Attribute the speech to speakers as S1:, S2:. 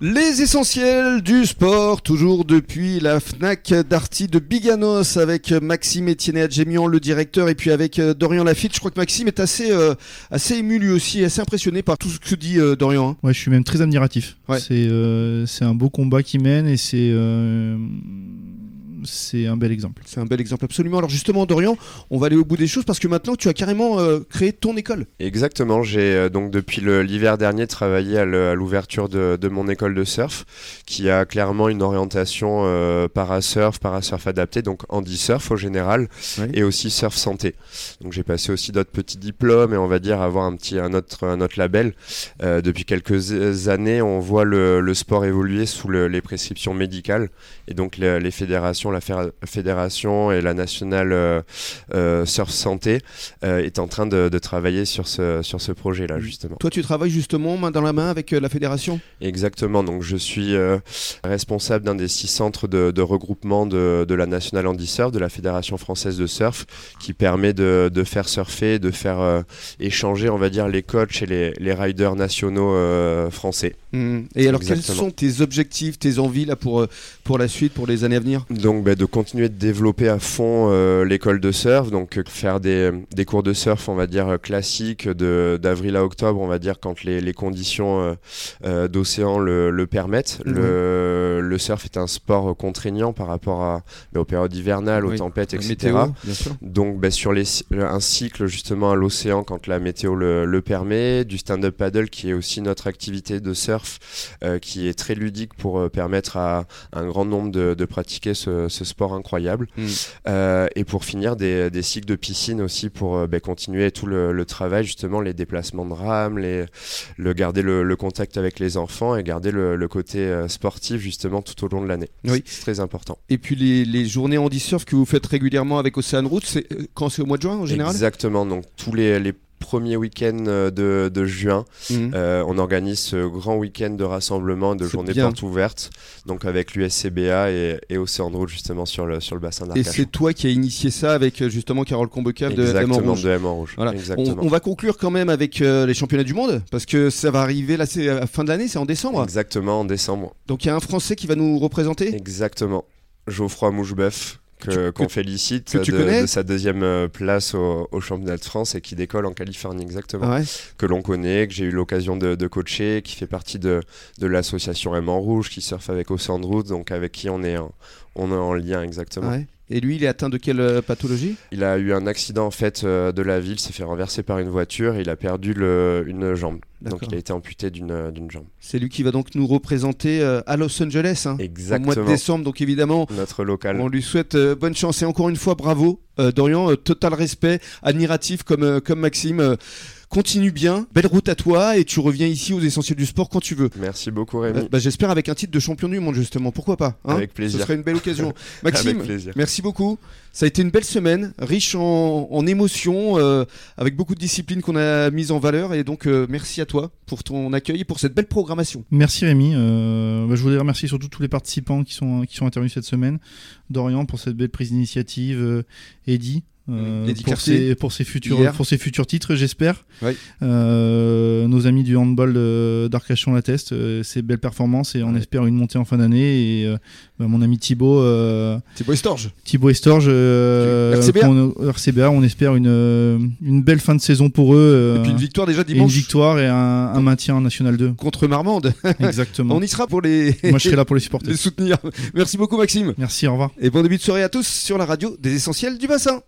S1: Les essentiels du sport, toujours depuis la FNAC d'Arty de Biganos avec Maxime Etienne Adjemian, le directeur, et puis avec euh, Dorian Lafitte. Je crois que Maxime est assez, euh, assez ému lui aussi, assez impressionné par tout ce que dit euh, Dorian. hein.
S2: Ouais, je suis même très admiratif.
S1: Ouais.
S2: C'est euh, c'est un beau combat qui mène et c'est euh, c'est un bel exemple.
S1: C'est un bel exemple absolument. Alors justement Dorian, on va aller au bout des choses parce que maintenant tu as carrément euh, créé ton école.
S3: Exactement, j'ai euh, donc depuis le- l'hiver dernier travaillé à le- à l'ouverture de, de mon école de surf qui a clairement une orientation euh, parasurf, parasurf adapté, donc handi-surf au général
S1: Ouais.
S3: et aussi surf santé. Donc j'ai passé aussi d'autres petits diplômes et on va dire avoir un petit un autre, un autre label. Euh, depuis quelques années, on voit le, le sport évoluer sous le- les prescriptions médicales et donc les, les fédérations, la féra- fédération et la nationale euh, euh, surf santé euh, est en train de, de travailler sur ce, sur ce projet-là, justement.
S1: Toi tu travailles justement main dans la main avec euh, la fédération.
S3: Exactement, donc je suis euh, responsable d'un des six centres de, de regroupement de, de la Nationale Handisurf, de la Fédération Française de Surf, qui permet de, de faire surfer, de faire euh, échanger, on va dire, les coachs et les, les riders nationaux euh, français.
S1: Hmm. Et alors quels
S3: Exactement.
S1: sont tes objectifs, tes envies là pour, euh, pour la suite, pour les années à venir
S3: Donc bah, de continuer de développer à fond euh, l'école de surf, donc euh, faire des, des cours de surf, on va dire, euh, classiques de- d'avril à octobre, on va dire, quand les, les conditions euh, euh, d'océan le, le permettent.
S1: Mhm.
S3: Le, le surf est un sport euh, contraignant par rapport à, bah, aux périodes hivernales, aux
S1: Oui,
S3: tempêtes,
S1: La
S3: etc.
S1: Météo, bien sûr.
S3: Donc bah, sur les, un cycle justement à l'océan quand la météo le, le permet, du stand-up paddle qui est aussi notre activité de surf euh, qui est très ludique pour euh, permettre à un grand nombre de, de pratiquer ce, ce sport incroyable.
S1: Mm.
S3: Euh, et pour finir des, des cycles de piscine aussi pour euh, bah, continuer tout le, le travail justement, les déplacements de rames, les, le garder le, le contact avec les enfants et garder le, le côté euh, sportif justement tout au long de l'année.
S1: Oui.
S3: C'est très important.
S1: Et puis les, les journées handi-surf que vous faites régulièrement avec Océan Route, c'est euh, quand c'est au mois de juin en général
S3: Exactement, donc tous les, les premiers week-ends euh, de, de juin,
S1: Mhm.
S3: euh, on organise ce grand week-end de rassemblement, de
S1: C'est
S3: journée
S1: bien.
S3: porte ouverte, donc avec l'USCBA et, et Océan de Route justement sur le, sur le bassin
S1: Et
S3: d'Arcachon.
S1: c'est toi qui as initié ça avec euh, justement Carole Combecave de
S3: Exactement,
S1: Diamant Rouge.
S3: de M en rouge.
S1: Voilà.
S3: Exactement.
S1: On, on va conclure quand même avec euh, les championnats du monde parce que ça va arriver là, c'est à la fin de l'année, c'est en décembre.
S3: Exactement, en décembre.
S1: Donc il y a un Français qui va nous représenter.
S3: Exactement. Geoffroy Mouchebeuf, que-
S1: Que tu-
S3: qu'on
S1: que-
S3: félicite
S1: que tu
S3: de,
S1: connais
S3: de sa deuxième euh, place au, au championnat de France et qui décolle en Californie. Exactement.
S1: Ah ouais.
S3: que l'on connaît, que j'ai eu l'occasion de, de coacher, qui fait partie de, de l'association M en Rouge, qui surfe avec Océan de Route, donc avec qui on est en, on est en lien exactement.
S1: Ouais. Et lui, il est atteint de quelle euh, pathologie
S3: Il a eu un accident en fait euh, de la ville, s'est fait renverser par une voiture, et il a perdu le- une jambe. Donc
S1: D'accord.
S3: il a été amputé d'une euh, d'une jambe.
S1: C'est lui qui va donc nous représenter euh, à Los Angeles hein, au mois de
S3: Exactement.
S1: décembre. Donc évidemment,
S3: Notre local.
S1: On lui souhaite euh, bonne chance et encore une fois bravo euh, Dorian, euh, total respect, admiratif comme, euh, comme Maxime. euh, continue bien, belle route à toi et tu reviens ici aux essentiels du sport quand tu veux.
S3: Merci beaucoup
S1: Euh,
S3: Rémi.
S1: bah, J'espère avec un titre de champion du monde justement, pourquoi pas hein
S3: Avec plaisir.
S1: Ce serait une belle occasion. Maxime,
S3: Avec plaisir.
S1: merci beaucoup. Ça a été une belle semaine, riche en, en émotions, euh, avec beaucoup de disciplines qu'on a mises en valeur et donc euh, merci à toi pour ton accueil et pour cette belle programmation.
S2: Merci Rémi. Euh, bah, je voudrais remercier surtout tous les participants qui sont, qui sont intervenus cette semaine. Dorian pour cette belle prise d'initiative. euh, Eddy. euh,
S1: Eddy
S2: pour,
S1: Cartier,
S2: ses, pour, ses futurs,
S1: hier.
S2: pour ses futurs titres, j'espère.
S1: Oui.
S2: Euh, nos amis du handball euh, d'Arcachon l'attestent. euh, ces belles performances et on
S1: Ouais.
S2: espère une montée en fin d'année. Et euh, bah, mon ami Thibaut. euh,
S1: C'est Boy Storge.
S2: Thibaut Estorge, euh,
S1: Du RCBA.
S2: qu'on- euh, RCBA, on espère une, euh, une belle fin de saison pour eux. euh,
S1: et puis une victoire déjà
S2: et une
S1: dimanche
S2: victoire et un, un maintien en National 2.
S1: contre Marmande.
S2: Exactement.
S1: On y sera pour les...
S2: Moi, je serai là pour les supporter.
S1: les soutenir. Merci beaucoup Maxime.
S2: Merci, au revoir.
S1: Et bon début de soirée à tous sur la radio des essentiels du bassin.